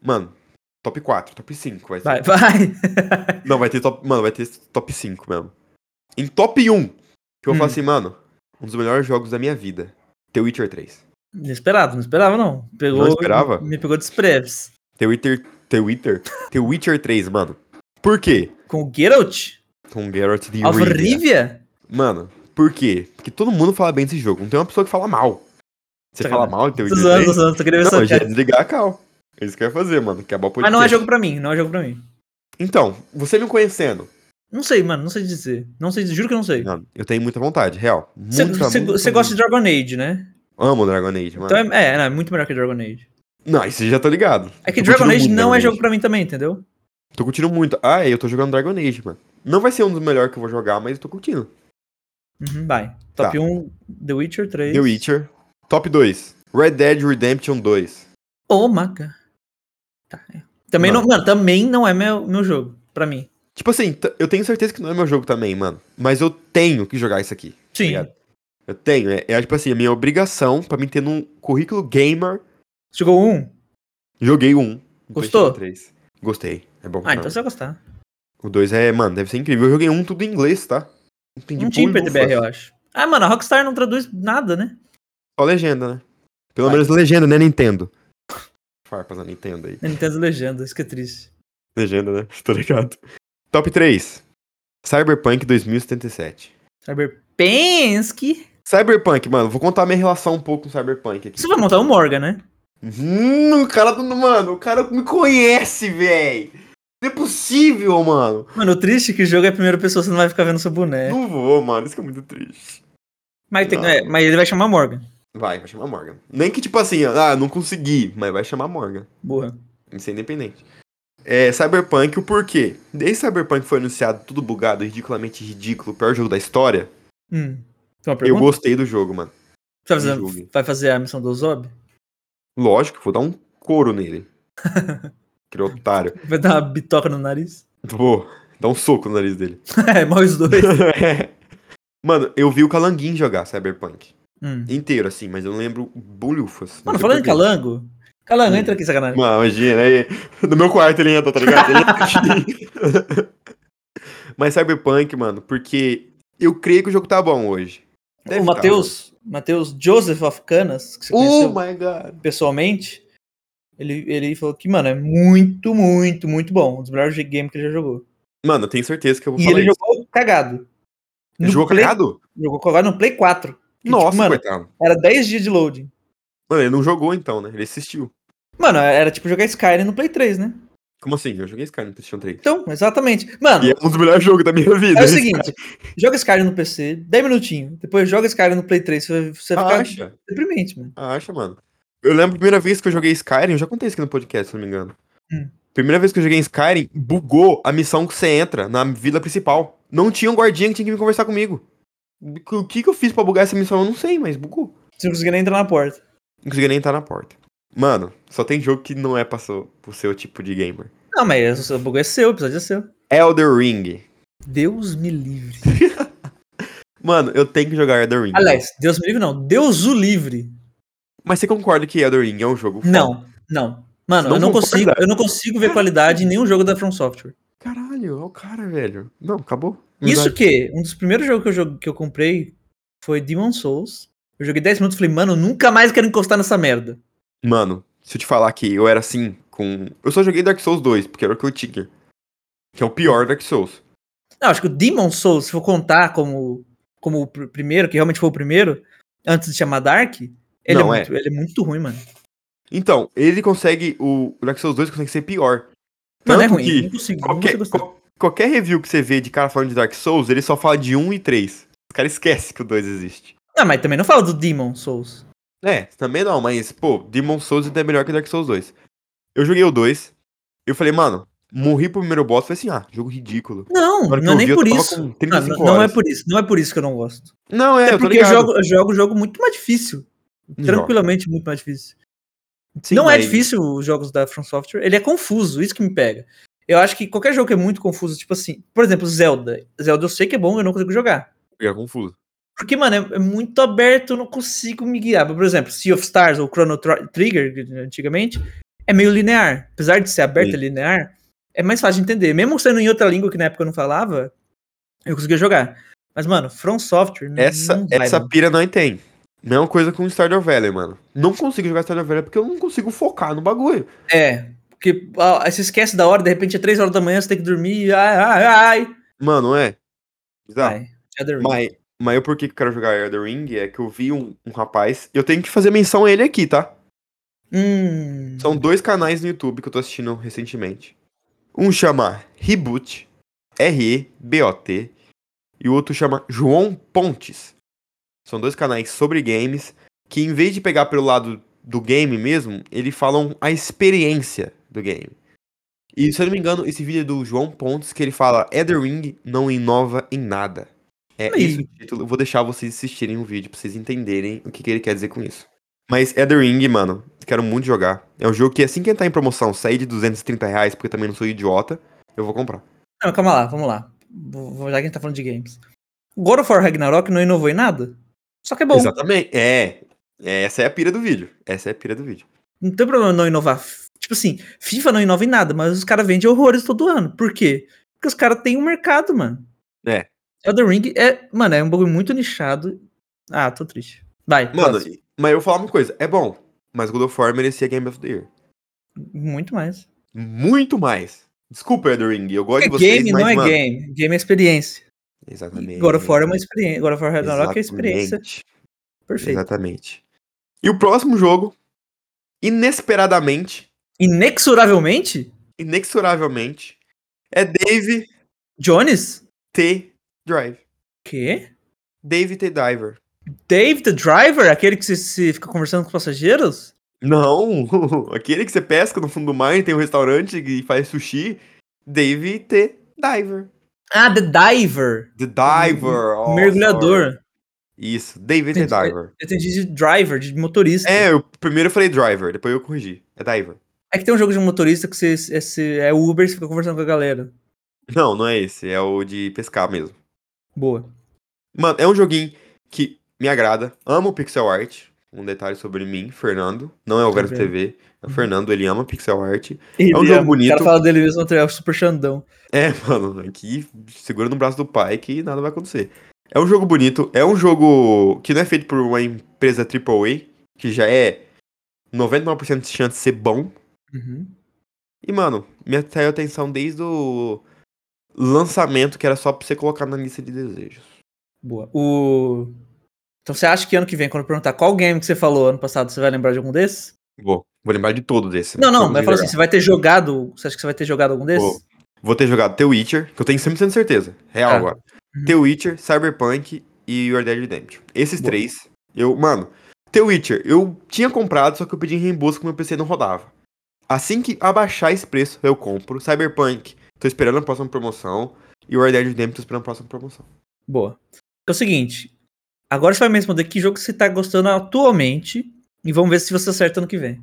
S2: Mano, top 4, top 5 vai
S1: Vai,
S2: ser.
S1: vai.
S2: Não, vai ter top. Mano, vai ter top 5 mesmo. Em top 1, que eu
S1: Hum.
S2: falo assim, mano, um dos melhores jogos da minha vida. The Witcher 3.
S1: Inesperado, não esperava não. Pegou,
S2: Não esperava?
S1: Me pegou despreves.
S2: The Witcher. The Witcher? The Witcher 3, mano. Por quê?
S1: Com o Geralt?
S2: Com Geralt de
S1: Of
S2: Rivia.
S1: Rivia?
S2: Mano, por quê? Porque todo mundo fala bem desse jogo. Não tem uma pessoa que fala mal. Você fala
S1: Sacanagem.
S2: mal de The
S1: Tô
S2: Witcher
S1: zoando, tô
S2: 3?
S1: zoando, tô querendo ver
S2: Não, eu
S1: essa
S2: já ia
S1: cara.
S2: desligar a cal. É isso que eu ia fazer, mano. Acabar o
S1: Mas não é
S2: podcast.
S1: jogo pra mim, não é jogo pra mim.
S2: Então, você me conhecendo,
S1: Não sei, mano, não sei dizer. Não sei, juro que eu não sei.
S2: Mano, eu tenho muita vontade, real.
S1: Você
S2: Muita, muita,
S1: você gosta de Dragon Age, né?
S2: muita. Amo Dragon Age, mano.
S1: Então é, é, não, é muito melhor que Dragon Age.
S2: Não, isso eu já tá ligado.
S1: É que
S2: Eu tô
S1: Dragon
S2: curtindo
S1: Age
S2: muito
S1: não
S2: Dragon
S1: é
S2: Age.
S1: jogo pra mim também, entendeu?
S2: Tô curtindo muito. Ah, é, eu tô jogando Dragon Age, mano. Não vai ser um dos melhores que eu vou jogar, mas eu tô curtindo.
S1: Uhum, vai. Top
S2: Tá.
S1: 1, The Witcher 3.
S2: The Witcher. Top 2. Red Dead Redemption 2.
S1: Ô, maca. Tá, é. Também
S2: Mano.
S1: não, mano, também não é meu, meu jogo, pra mim.
S2: Tipo assim, t- eu tenho certeza que não é meu jogo também, mano. Mas eu tenho que jogar isso aqui. tá
S1: Sim,
S2: ligado? Eu tenho. É, é tipo assim, a minha obrigação pra mim ter num currículo gamer.
S1: chegou um?
S2: Joguei um.
S1: Gostou?
S2: 3. Gostei. É bom. pra
S1: Ah, então
S2: caramba.
S1: você vai gostar.
S2: O 2 é, mano, deve ser incrível. Eu joguei um tudo em inglês, tá? Entendi
S1: Não tinha em
S2: pulo e bufa.
S1: PTBR, eu acho. Ah, mano, a Rockstar não traduz nada, né?
S2: Só legenda, né? Pelo
S1: Vai.
S2: menos legenda, né, Nintendo? Farpas na Nintendo aí.
S1: Na Nintendo Legenda, isso que é triste.
S2: Legenda, né? Tô ligado. Top 3. Cyberpunk 2077.
S1: Cyberpensky.
S2: Cyberpunk, mano, vou contar minha relação um pouco com Cyberpunk aqui.
S1: Você vai montar o Morgan, né?
S2: Hum, o cara, tá- mano, o cara me conhece, véi. Não é possível, mano.
S1: Mano, o triste é que o jogo é a primeira pessoa, você não vai ficar vendo seu boneco.
S2: Não vou, mano, isso que é muito triste.
S1: Mas, tem-
S2: Não.
S1: é, mas ele vai chamar Morgan.
S2: Vai, vai chamar Morgan. Nem que tipo assim, ah, não consegui, mas vai chamar Morgan.
S1: Boa.
S2: Isso é independente. É, Cyberpunk, o porquê? Desde Cyberpunk foi anunciado tudo bugado, ridiculamente ridículo, o pior jogo da história,
S1: Hum. Tem uma
S2: eu
S1: pergunta?
S2: gostei do jogo, mano.
S1: Você vai fazer-
S2: jogo.
S1: vai fazer a missão do Zob?
S2: Lógico, vou dar um couro nele. Que otário.
S1: Vai dar uma bitoca no nariz?
S2: Vou dar um soco no nariz dele.
S1: é, mal os dois.
S2: mano, eu vi o Calanguin jogar Cyberpunk.
S1: Hum.
S2: Inteiro, assim, mas eu não lembro bolhufas.
S1: Mano, falando em
S2: Calanguin.
S1: calango. Calango,
S2: Hum.
S1: entra aqui, sacanagem.
S2: Mano, imagina, aí, no meu quarto ele entra, tá ligado? Ele entra aqui. Mas Cyberpunk, mano, porque eu creio que o jogo tá bom hoje. Deve
S1: o
S2: tá,
S1: Matheus, Matheus Joseph of Canas, que você
S2: mano.
S1: conheceu
S2: Oh my god.
S1: pessoalmente, ele, ele falou que, mano, é muito, muito, muito bom. Um dos melhores games que ele já jogou.
S2: Mano, eu tenho certeza que eu vou
S1: E
S2: falar
S1: ele
S2: isso.
S1: jogou cagado.
S2: Ele jogou
S1: Play,
S2: cagado?
S1: Jogou cagado no Play 4. E,
S2: Nossa,
S1: tipo, mano,
S2: coitado.
S1: era 10 dias de loading.
S2: Mano, ele não jogou então, né? Ele assistiu.
S1: Mano, era tipo jogar Skyrim no Play 3, né?
S2: Como assim? Eu joguei Skyrim no PlayStation 3.
S1: Então, exatamente. Mano,
S2: E é um dos melhores jogos da minha vida.
S1: é o seguinte: joga Skyrim no PC, 10 minutinhos. Depois joga Skyrim no Play 3, você vai você vai ficar
S2: Acha,
S1: deprimente, mano.
S2: acha, mano. Eu lembro a primeira vez que eu joguei Skyrim, eu já contei isso aqui no podcast, se não me engano.
S1: Hum.
S2: Primeira vez que eu joguei em Skyrim, bugou a missão que você entra na vila principal. Não tinha um guardinha que tinha que vir conversar comigo. O que que eu fiz pra bugar essa missão, eu não sei, mas bugou.
S1: Você não conseguia nem entrar na porta.
S2: Não conseguia nem entrar na porta. Mano, só tem jogo que não é pra seu- pro seu tipo de gamer.
S1: Não, mas o bagulho é seu, o episódio é seu.
S2: Elder Ring.
S1: Deus me livre.
S2: Mano, eu tenho que jogar Elder Ring.
S1: Aliás, Deus me livre não. Deus o livre.
S2: Mas você concorda que Elder Ring é um jogo foda?
S1: Não, não. Mano,
S2: Não
S1: eu, não
S2: concorda?
S1: consigo, eu não consigo ver qualidade em nenhum jogo da From Software.
S2: Caralho, é o cara, velho. Não, acabou.
S1: Isso que, um dos primeiros jogos que eu, jogo, que eu comprei foi Demon Souls. Eu joguei 10 minutos e falei, mano, eu nunca mais quero encostar nessa merda.
S2: Mano, se eu te falar que eu era assim com... Eu só joguei Dark Souls 2, porque era o que eu tinha. Que é o pior Dark Souls.
S1: Não, acho que o Demon Souls, se for contar como, como o pr- primeiro, que realmente foi o primeiro, antes de chamar Dark, ele,
S2: Não,
S1: é,
S2: é.
S1: Muito, ele é muito ruim, mano.
S2: Então, ele consegue... O o Dark Souls 2 consegue ser pior.
S1: Mano, é
S2: Tanto
S1: ruim.
S2: que
S1: eu Não consigo. não
S2: Qualquer,
S1: consigo gostar.
S2: qual- qualquer review que você vê de cara falando de Dark Souls, ele só fala de 1 e 3. Os caras esquecem que o 2 existe.
S1: Não, mas também não fala do Demon Souls.
S2: É, também não, mas, pô, Demon Souls ainda é melhor que Dark Souls 2. Eu joguei o 2, eu falei, mano, morri pro primeiro boss, falei assim, ah, jogo ridículo.
S1: Não,
S2: Na hora que
S1: não
S2: eu
S1: é nem
S2: vi, eu
S1: por
S2: tava
S1: isso.
S2: com
S1: Não,
S2: 35
S1: não- não é
S2: horas.
S1: por isso. Não é por isso que eu não gosto.
S2: Não, é,
S1: É
S2: eu tô
S1: porque eu
S2: ligado.
S1: jogo, eu jogo um jogo muito mais difícil. Tranquilamente muito mais difícil.
S2: Sim,
S1: não é
S2: mas-
S1: difícil os jogos da From Software, ele é confuso, isso que me pega. Eu acho que qualquer jogo que é muito confuso, tipo assim, por exemplo, Zelda. Zelda eu sei que é bom, eu não consigo jogar.
S2: É confuso.
S1: Porque, mano, é, é muito aberto, eu não consigo me guiar. Por exemplo, Sea of Stars ou Chrono Tr- Trigger, que antigamente, é meio linear. Apesar de ser aberto
S2: Sim.
S1: e linear, é mais fácil de entender. Mesmo sendo em outra língua que na época eu não falava, eu conseguia jogar. Mas, mano, From Software não-
S2: Essa,
S1: não vai,
S2: essa
S1: mano.
S2: pira não tem. Mesma coisa com Stardew Valley, mano. Não consigo jogar Stardew Valley porque eu não consigo focar no bagulho.
S1: É, porque ah, aí você esquece da hora, de repente é 3 horas da manhã, você tem que dormir, ai, ai, ai.
S2: Mano, é. Bizarro.
S1: Vai, Shadow Ring.
S2: Mas, mas eu por que que eu quero jogar Elder Ring é que eu vi um, um rapaz. Eu tenho que fazer menção a ele aqui, tá?
S1: Hum,
S2: São dois canais no YouTube que eu tô assistindo recentemente. Um chama Reboot, R-E-B-O-T, e o outro chama João Pontes. São dois canais sobre games que, em vez de pegar pelo lado do game mesmo, eles falam a experiência do game. E se eu não me engano, esse vídeo é do João Pontes que ele fala Elder Ring não inova em nada. É
S1: Aí.
S2: isso o título. Eu vou deixar vocês assistirem o vídeo pra vocês entenderem o que, que ele quer dizer com isso. Mas Elder Ring, mano, quero muito jogar. É um jogo que assim que entrar em promoção, sair de 230 reais, porque eu também não sou idiota, eu vou comprar.
S1: não, calma lá, vamos lá. Vou- vou- Já que a gente tá falando de games. God of War Ragnarok não inovou em nada? Só que é bom.
S2: Exatamente. É. É, Essa é a pira do vídeo. Essa é a pira do vídeo.
S1: Não tem problema não inovar. F- Tipo assim, FIFA não inova em nada, mas os caras vendem horrores todo ano. Por quê? Porque os caras têm um mercado, mano.
S2: É.
S1: Elden Ring é, mano, é um bagulho muito nichado. Ah, tô triste. Vai,
S2: Mano,
S1: próximo.
S2: mas eu vou falar uma coisa. É bom, mas God of War merecia Game of the Year.
S1: muito mais.
S2: Muito mais. Desculpa, Elder Ring, eu gosto
S1: É
S2: de vocês,
S1: game,
S2: mas,
S1: não é
S2: mano...
S1: game. Game é experiência.
S2: Exatamente.
S1: God of War é uma experiência. God of War Ragnarok é experiência
S2: Exatamente,
S1: perfeita.
S2: Exatamente. E o próximo jogo, inesperadamente,
S1: Inexoravelmente,
S2: inexoravelmente, é Dave
S1: Jones?
S2: T. Drive.
S1: Quê?
S2: Dave T. Diver.
S1: Dave the Driver? Aquele que se, se fica conversando com os passageiros?
S2: Não, aquele que você pesca no fundo do mar e tem um restaurante que faz sushi. Dave T. Diver.
S1: Ah, The Diver.
S2: The Diver. oh, sorry.
S1: mergulhador.
S2: Isso, Dave T.
S1: Entendi.
S2: Diver.
S1: Eu entendi de driver, de motorista.
S2: É, eu primeiro eu falei driver, depois eu corrigi. É diver.
S1: É que tem um jogo de motorista que você, é, você- é Uber e você fica conversando com a galera.
S2: Não, não é esse, é o de pescar mesmo.
S1: Boa.
S2: Mano, é um joguinho que me agrada. Amo pixel art. Um detalhe sobre mim, Fernando. Não é o Verso
S1: Tá vendo?
S2: TV. É o
S1: Uhum.
S2: Fernando, ele ama pixel art.
S1: Ele
S2: É um jogo
S1: ama- O
S2: bonito.
S1: cara fala dele mesmo, é o Super Xandão.
S2: É, mano, aqui segura no braço do pai que nada vai acontecer. É um jogo bonito, é um jogo que não é feito por uma empresa AAA, que já é 99% de chance de ser bom.
S1: Uhum.
S2: E, mano, me atraiu atenção desde o lançamento, que era só pra você colocar na lista de desejos.
S1: Boa. O... Então você acha que ano que vem, quando eu perguntar qual game que você falou ano passado, você vai lembrar de algum desses?
S2: Vou, vou lembrar de todo desse.
S1: Não, não,
S2: vai
S1: mas fala assim, você vai assim. ter jogado. Você acha que você vai ter jogado algum desses?
S2: Vou. Vou ter jogado The Witcher, que eu tenho 100% de certeza. Real
S1: Tá.
S2: agora.
S1: Uhum.
S2: The Witcher, Cyberpunk e Your Dead Redemption. Esses
S1: Boa.
S2: três, eu. Mano, The Witcher, eu tinha comprado, só que eu pedi em reembolso que meu PC não rodava. Assim que abaixar esse preço, eu compro. Cyberpunk, tô esperando a próxima promoção. E Your Dead Redemption, tô esperando a próxima promoção.
S1: Boa. É o seguinte. Agora você vai me responder que jogo você tá gostando atualmente. E vamos ver se você acerta ano que vem.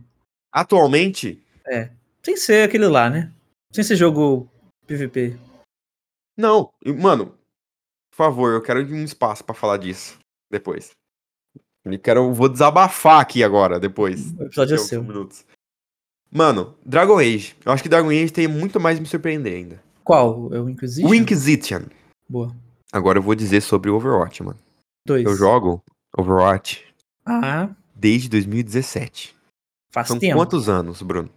S2: Atualmente?
S1: É. Sem ser aquele lá, né? Sem ser jogo PVP.
S2: Não, e, mano, por favor, eu quero um espaço pra falar disso depois. Eu quero, eu vou desabafar aqui agora, depois.
S1: O episódio é
S2: de alguns
S1: seu.
S2: Minutos. Mano, Dragon Age. Eu acho que Dragon Age tem muito mais me surpreender ainda.
S1: Qual? É o Inquisition?
S2: O Inquisition.
S1: Boa.
S2: Agora eu vou dizer sobre o Overwatch, mano.
S1: Dois.
S2: Eu jogo Overwatch
S1: Ah,
S2: desde 2017.
S1: faz
S2: São
S1: tempo.
S2: quantos anos, Bruno?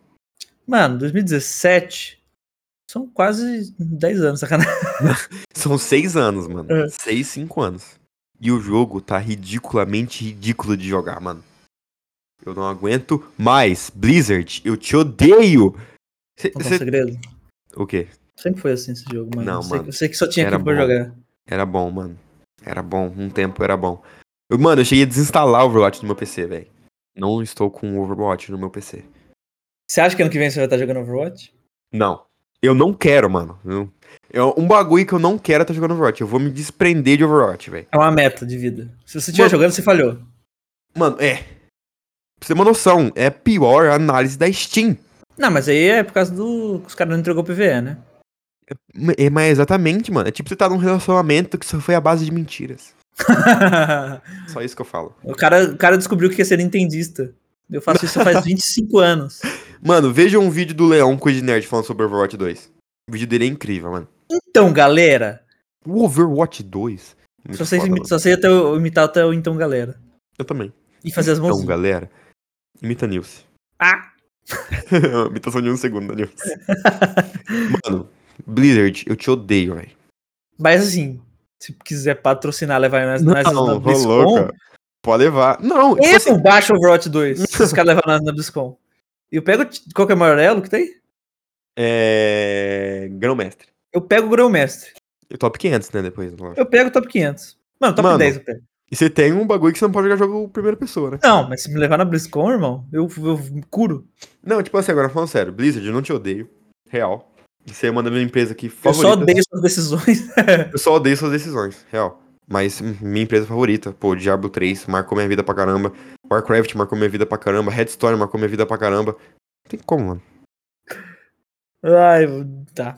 S1: Mano, 2017 são quase 10 anos, sacanagem.
S2: São seis anos, mano.
S1: É.
S2: Seis, cinco anos. E o jogo tá ridiculamente ridículo de jogar, mano. Eu não aguento mais. Blizzard, eu te odeio. Cê-
S1: Contar um
S2: cê-
S1: segredo.
S2: O quê?
S1: Sempre foi assim esse jogo, mano.
S2: Não,
S1: eu, sei,
S2: mano.
S1: eu sei que só tinha
S2: Era
S1: aqui pra
S2: bom.
S1: jogar.
S2: Era bom, mano. Era bom. Um tempo era bom. Eu- mano, eu cheguei a desinstalar o Overwatch do meu PC, velho. Não estou com o Overwatch no meu PC.
S1: Você acha que ano que vem você vai estar jogando Overwatch?
S2: Não. Eu não quero, mano. Eu, eu- um bagulho que eu não quero é tá jogando Overwatch. Eu vou me desprender de Overwatch, velho.
S1: É uma meta de vida. Se você estiver
S2: Mano-
S1: jogando, você falhou.
S2: Mano, é. Pra você ter uma noção, é a pior análise da Steam.
S1: Não, mas aí é por causa do. que Os caras não entregou o PVE, né?
S2: M- É, mas exatamente, mano. É tipo você tá num relacionamento que só foi a base de mentiras. Só isso que eu falo.
S1: o, cara, o cara descobriu que ia ser nintendista. Eu faço isso faz 25 anos.
S2: Mano, veja um vídeo do Leão Quid Nerd falando sobre Overwatch 2. O vídeo dele é incrível, mano.
S1: Então, galera.
S2: O Overwatch 2. Muito
S1: Só sei,
S2: foda,
S1: imi-
S2: mano.
S1: só sei até o- imitar até o então, galera.
S2: Eu também.
S1: E fazer as mãos.
S2: Então, galera, imita Nilce.
S1: ah!
S2: Imitação de um segundo, Nilce. mano, Blizzard, eu te odeio, velho.
S1: Mas assim, se quiser patrocinar, levar nós
S2: Não,
S1: nós
S2: não,
S1: na
S2: vou
S1: BlizzCon,
S2: louca. Pode levar. Não, tipo
S1: eu
S2: assim,
S1: não baixo Overwatch 2, se os caras levarem nós na BlizzCon. Eu pego, t- qual que é o amarelo que tem?
S2: é. Grão-mestre.
S1: Eu pego o Grão Mestre,
S2: E Top 500, né? Depois, lógico.
S1: eu pego o Top 500. Mano, Top
S2: Mano.
S1: 10 eu pego.
S2: E você tem um bagulho que você não pode jogar jogo primeira pessoa, né?
S1: Não, mas se me levar na BlizzCon, irmão, eu, eu me curo.
S2: Não, tipo assim, agora falando sério, Blizzard, eu não te odeio. Real. Você é uma da minha empresa que
S1: Eu
S2: favorita.
S1: só odeio suas decisões.
S2: Eu só odeio suas decisões, real. Mas hum, minha empresa favorita, pô, Diablo 3 marcou minha vida pra caramba. Warcraft marcou minha vida pra caramba. Redstone marcou minha vida pra caramba. Não tem como, mano.
S1: Ai, tá.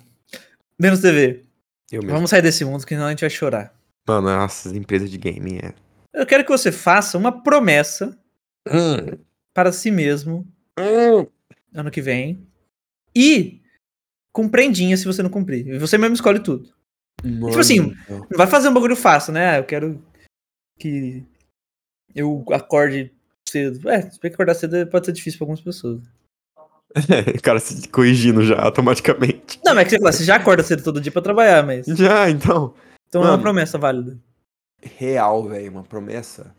S1: Menos TV.
S2: Eu mesmo.
S1: Vamos sair desse mundo, que senão a gente vai chorar.
S2: Mano, essas empresas de game é.
S1: Eu quero que você faça uma promessa para si mesmo ano que vem. E com prendinha se você não cumprir. E você mesmo escolhe tudo.
S2: Mano
S1: assim,
S2: do céu.
S1: Não vai fazer um bagulho fácil, né? Ah, Eu quero que eu acorde cedo. É, se bem que acordar cedo pode ser difícil pra algumas pessoas.
S2: o cara se corrigindo já automaticamente.
S1: Não, mas é que você fala, você já acorda cedo todo dia pra trabalhar, mas.
S2: Já, então.
S1: Então é uma
S2: Mano.
S1: promessa válida.
S2: Real, velho, uma promessa.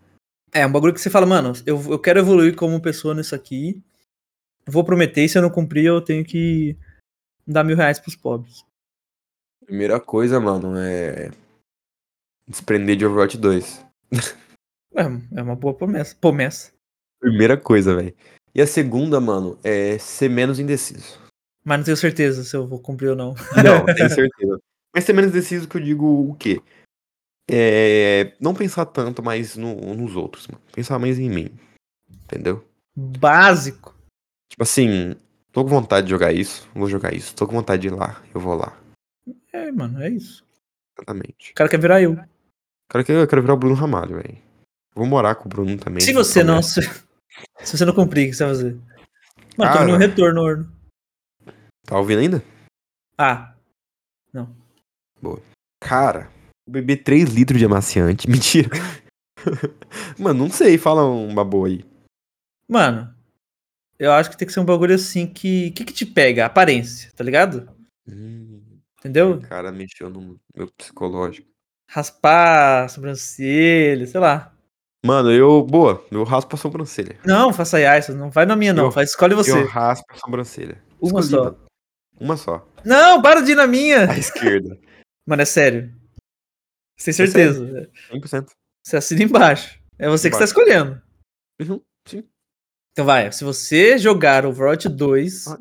S1: É, um bagulho que você fala, mano, eu, eu quero evoluir como pessoa nisso aqui. Vou prometer, e se eu não cumprir, eu tenho que dar mil reais pros pobres.
S2: Primeira coisa, mano, é. Desprender de Overwatch 2.
S1: É, é uma boa promessa. Promessa.
S2: Primeira coisa, velho. E a segunda, mano, é ser menos indeciso.
S1: Mas não tenho certeza se eu vou cumprir ou não.
S2: Não, tenho certeza. Mas ser menos indeciso que eu digo o quê? É, não pensar tanto mais no- nos outros, mano. Pensar mais em mim. Entendeu?
S1: Básico.
S2: Tipo assim, tô com vontade de jogar isso, vou jogar isso. Tô com vontade de ir lá, eu vou lá.
S1: É, mano, é isso.
S2: Exatamente.
S1: O cara quer virar eu.
S2: Cara, eu quero, eu quero virar o Bruno Ramalho, velho. Vou morar com o Bruno também.
S1: Se você não.
S2: promessa.
S1: Se, se você não cumprir, o que você vai fazer? Mano, tô
S2: Cara.
S1: no retorno, Orno.
S2: Tá ouvindo ainda?
S1: Ah,
S2: Cara, beber 3 litros de amaciante. Mentira. Mano, não sei, fala uma boa aí.
S1: mano. Eu acho que tem que ser um bagulho assim que. O que, que te pega? A aparência, tá ligado? Hum, Entendeu?
S2: o cara mexeu no meu psicológico.
S1: Raspar a sobrancelha, sei lá.
S2: Mano, eu. Boa, eu raspo a sobrancelha.
S1: Não, faça aí, isso. Não vai na minha, não.
S2: Eu-
S1: Faz- escolhe você.
S2: Eu raspo a sobrancelha.
S1: Uma
S2: Escolhi,
S1: só.
S2: mano. Uma só.
S1: Não, para de ir na minha.
S2: À esquerda.
S1: Mano, é sério. Sem
S2: é sério.
S1: certeza.
S2: 100%.
S1: Você assina embaixo. É você que está
S2: Embaixo.
S1: escolhendo.
S2: Uhum, sim.
S1: Então vai, se você jogar Overwatch 2
S2: Ah.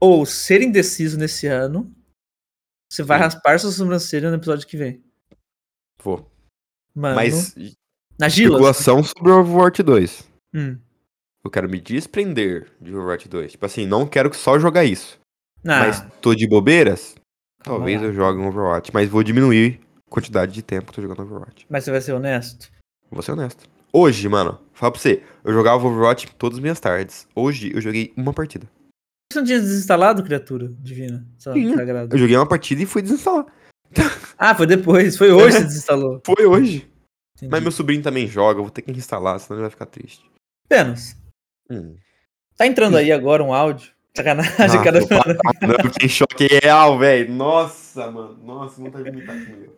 S1: ou ser indeciso nesse ano, você vai
S2: Sim.
S1: raspar sua sobrancelha no episódio que vem.
S2: Vou.
S1: Mano,
S2: Mas. assim.
S1: na Gila. Hum.
S2: Especulação sobre o Overwatch 2. Eu quero me desprender de Overwatch 2. Tipo assim, não quero só jogar isso.
S1: Ah,
S2: Mas tô de bobeiras,
S1: calma
S2: talvez
S1: lá.
S2: eu jogue um Overwatch. Mas vou diminuir a quantidade de tempo que eu tô jogando Overwatch.
S1: Mas você vai ser honesto?
S2: Vou ser honesto. Hoje, mano, fala pra você, eu jogava Overwatch todas as minhas tardes. Hoje eu joguei uma partida.
S1: Você não tinha desinstalado, criatura divina? Sa-
S2: Tinha.
S1: Sagrada.
S2: Eu joguei uma partida e fui desinstalar.
S1: Ah, foi depois. Foi hoje que você desinstalou.
S2: Foi hoje.
S1: Entendi.
S2: Mas meu sobrinho também joga, eu vou ter que instalar, senão ele vai ficar triste.
S1: Apenas.
S2: Hum.
S1: Tá entrando aí agora um áudio. Sacanagem,
S2: Ah,
S1: cada
S2: vou parar, não, eu fiquei em choque real, velho. Nossa, mano. Nossa, não tá de imitar comigo.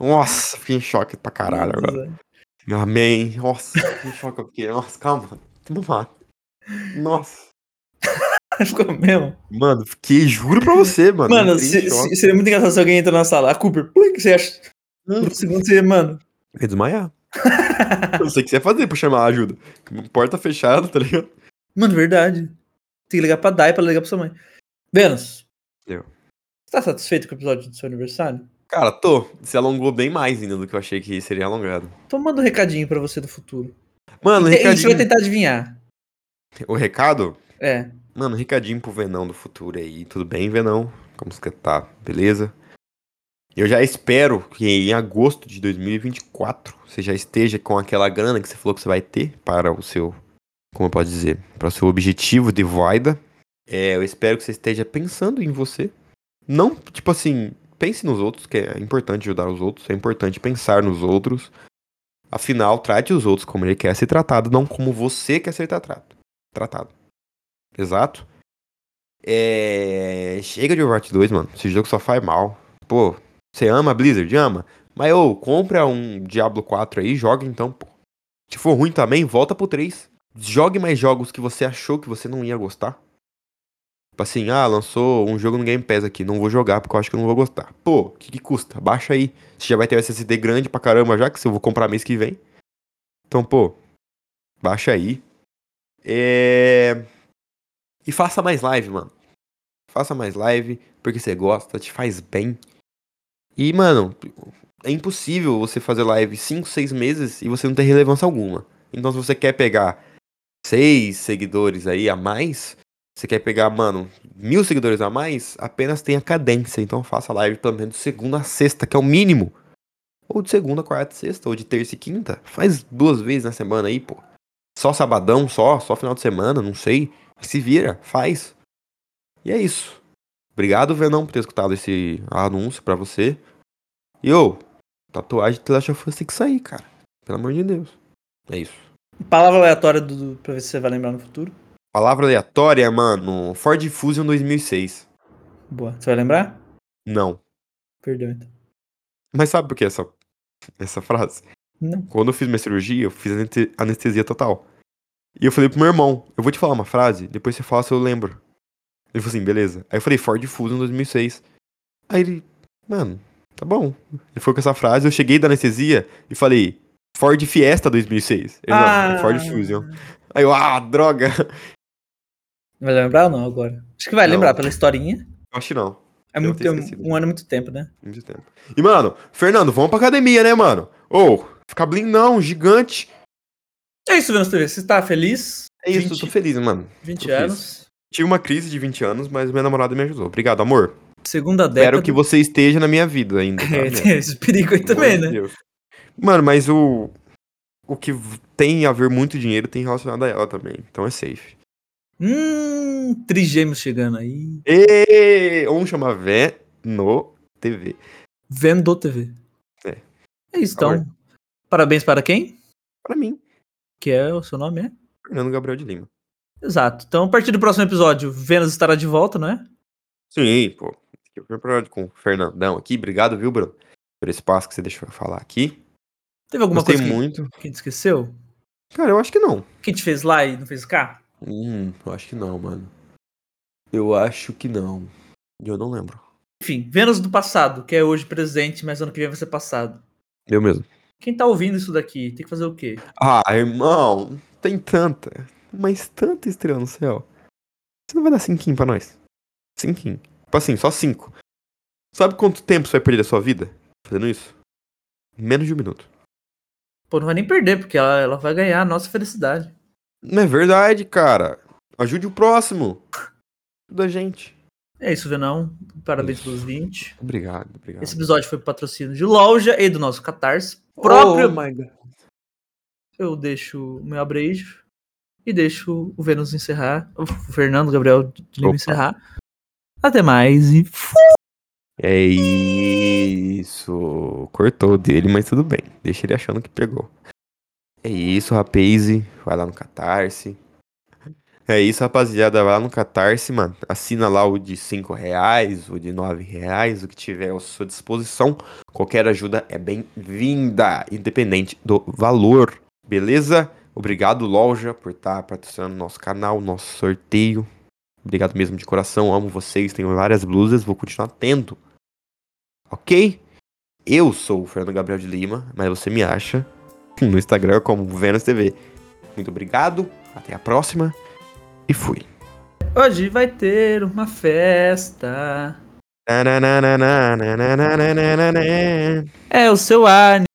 S2: Nossa, fiquei em choque pra caralho agora. Amém. Nossa, que choque eu fiquei. Nossa, calma. Vamos lá. Nossa.
S1: Ficou mesmo.
S2: Mano, fiquei, juro pra você, mano.
S1: Mano,
S2: Entrei em
S1: se-
S2: choque.
S1: se- seria muito engraçado se alguém entra na sala. A Cooper, plink, você acha?
S2: Hum.
S1: Por um segundo você, mano.
S2: Eu ia desmaiar. eu não sei o que você ia fazer pra chamar a ajuda. Porta fechada, tá ligado?
S1: Mano, verdade. Tem que ligar pra Dai pra ligar pra sua mãe. Vênus.
S2: Eu.
S1: Você tá satisfeito com o episódio do seu aniversário?
S2: Cara, tô. Se alongou bem mais ainda do que eu achei que seria alongado.
S1: Tô mandando um recadinho pra você do futuro.
S2: Mano,
S1: E- A gente vai
S2: um recadinho.
S1: tentar adivinhar.
S2: O recado?
S1: É.
S2: Mano, recadinho pro Venão do futuro aí. Tudo bem, Venão? Como você tá? Beleza? Eu já espero que em agosto de 2024 você já esteja com aquela grana que você falou que você vai ter para o seu. Como eu posso dizer? Para o seu objetivo de Voida. É, eu espero que você esteja pensando em você. Não, tipo assim, pense nos outros, que é importante ajudar os outros, é importante pensar nos outros. Afinal, trate os outros como ele quer ser tratado, não como você quer ser tratado. Tratado. Exato. É... Chega de Overwatch 2, mano. Esse jogo só faz mal. Pô, você ama a Blizzard? Ama? Mas, ô, compra um Diablo 4 aí e joga então, pô. Se for ruim também, volta pro 3. Jogue mais jogos que você achou que você não ia gostar. Tipo assim, ah, lançou um jogo no Game Pass aqui, não vou jogar porque eu acho que eu não vou gostar. Pô, o que, que custa? Baixa aí. Você já vai ter o SSD grande pra caramba já, que se eu vou comprar mês que vem. Então, pô, baixa aí. É... E faça mais live, mano. Faça mais live, porque você gosta, te faz bem. E, mano, é impossível você fazer live 5, 6 meses e você não ter relevância alguma. Então, se você quer pegar 6 seguidores aí a mais, você quer pegar, mano, mil seguidores a mais, apenas tenha cadência. Então, faça live pelo menos de segunda a sexta, que é o mínimo. Ou de segunda, quarta e sexta, ou de terça e quinta. Faz duas vezes na semana aí, pô. Só sabadão, só, só final de semana, não sei. Se vira, faz. E é isso. Obrigado, Venão, por ter escutado esse anúncio pra você. E ô, tatuagem The Last of Us tem que sair, cara. Pelo amor de Deus. É isso.
S1: Palavra aleatória do, do- pra ver se você vai lembrar no futuro.
S2: Palavra aleatória, mano. Ford Fusion 2006.
S1: Boa. Você vai lembrar?
S2: Não.
S1: Perdeu então.
S2: Mas sabe por que essa, essa frase?
S1: Não.
S2: Quando eu fiz minha cirurgia, eu fiz aneste- anestesia total. E eu falei pro meu irmão, eu vou te falar uma frase, depois você fala se eu lembro. Ele falou assim, beleza. Aí eu falei, Ford Fusion 2006. Aí ele, mano, tá bom. Ele foi com essa frase, eu cheguei da anestesia e falei, Ford Fiesta 2006. Ele, não, é Ford Fusion. Aí eu, ah, droga.
S1: Vai lembrar ou não agora? Acho que vai
S2: Não.
S1: lembrar pela historinha.
S2: Acho que não,
S1: É
S2: Eu
S1: muito
S2: tenho
S1: tempo-
S2: esquecido.
S1: um ano é muito tempo, né?
S2: muito tempo. E, mano, Fernando, vamos pra academia, né, mano? Ou, ficar blindão, gigante.
S1: É isso, Vênus TV. Você tá feliz?
S2: É isso, eu tô
S1: 20,
S2: feliz, mano.
S1: 20
S2: tô feliz.
S1: anos.
S2: Tive uma crise de 20 anos, mas minha namorada me ajudou. Obrigado, amor.
S1: Segunda década.
S2: Espero que você esteja na minha vida ainda. tá?
S1: É, tem esse perigo aí
S2: Pelo
S1: também,
S2: amor
S1: né?
S2: de Deus. Mano, mas o. O que v- tem a ver muito dinheiro tem relacionado a ela também. Então é safe.
S1: Hum, trigêmeos chegando aí.
S2: E um chama Vé no TV.
S1: Vendo TV.
S2: É.
S1: É isso, então. Parabéns para quem?
S2: Pra mim,
S1: Que é o seu nome, é?
S2: Fernando Gabriel de Lima.
S1: Exato. Então, a partir do próximo episódio, Vênus estará de volta, não é?
S2: Sim, pô. Eu fui pra- com o Fernandão aqui. Obrigado, viu, Bruno? Pelo espaço que você deixou eu falar aqui.
S1: Teve alguma
S2: Gostei
S1: coisa que,
S2: muito.
S1: que a gente esqueceu?
S2: Cara, eu acho que não.
S1: Que a gente fez lá e não fez cá?
S2: Hum, eu acho que não, mano. Eu acho que não. Eu não lembro.
S1: Enfim, Vênus do passado, que é hoje presente, mas ano que vem vai ser passado.
S2: Eu mesmo.
S1: Quem tá ouvindo isso daqui tem que fazer o quê?
S2: Ah, irmão, tem tanta, mas tanta estrela no céu. Você não vai dar cinquinho pra nós? Cinquinho. Tipo assim, só cinco. Sabe quanto tempo você vai perder da sua vida fazendo isso? Menos de um minuto.
S1: Pô, não vai nem perder, porque ela, ela vai ganhar a nossa felicidade.
S2: Não é verdade, cara. Ajude o próximo. Ajuda a gente.
S1: É isso, Venão. Parabéns pelos 20.
S2: Obrigado, obrigado.
S1: Esse episódio foi patrocínio de loja e do nosso Catarse. Próprio.
S3: Oh my God.
S1: Eu deixo o meu abrejo e deixo o Vênus encerrar. O Fernando Gabriel de Lima
S2: Opa.
S1: encerrar. Até mais e fui!
S2: É isso. Cortou o dele, mas tudo bem. Deixa ele achando que pegou. É isso, rapaze. Vai lá no Catarse. É isso, rapaziada. Vai lá no Catarse, mano. Assina lá o de 5 reais, o de 9 reais, o que tiver à sua disposição. Qualquer ajuda é bem-vinda, independente do valor. Beleza? Obrigado, loja, por estar patrocinando nosso canal, nosso sorteio. Obrigado mesmo de coração, amo vocês, tenho várias blusas, vou continuar tendo. Ok? Eu sou o Fernando Gabriel de Lima, mas você me acha no Instagram como Vênus TV. Muito obrigado, até a próxima e fui.
S1: Hoje vai ter uma festa. É o seu aniversário.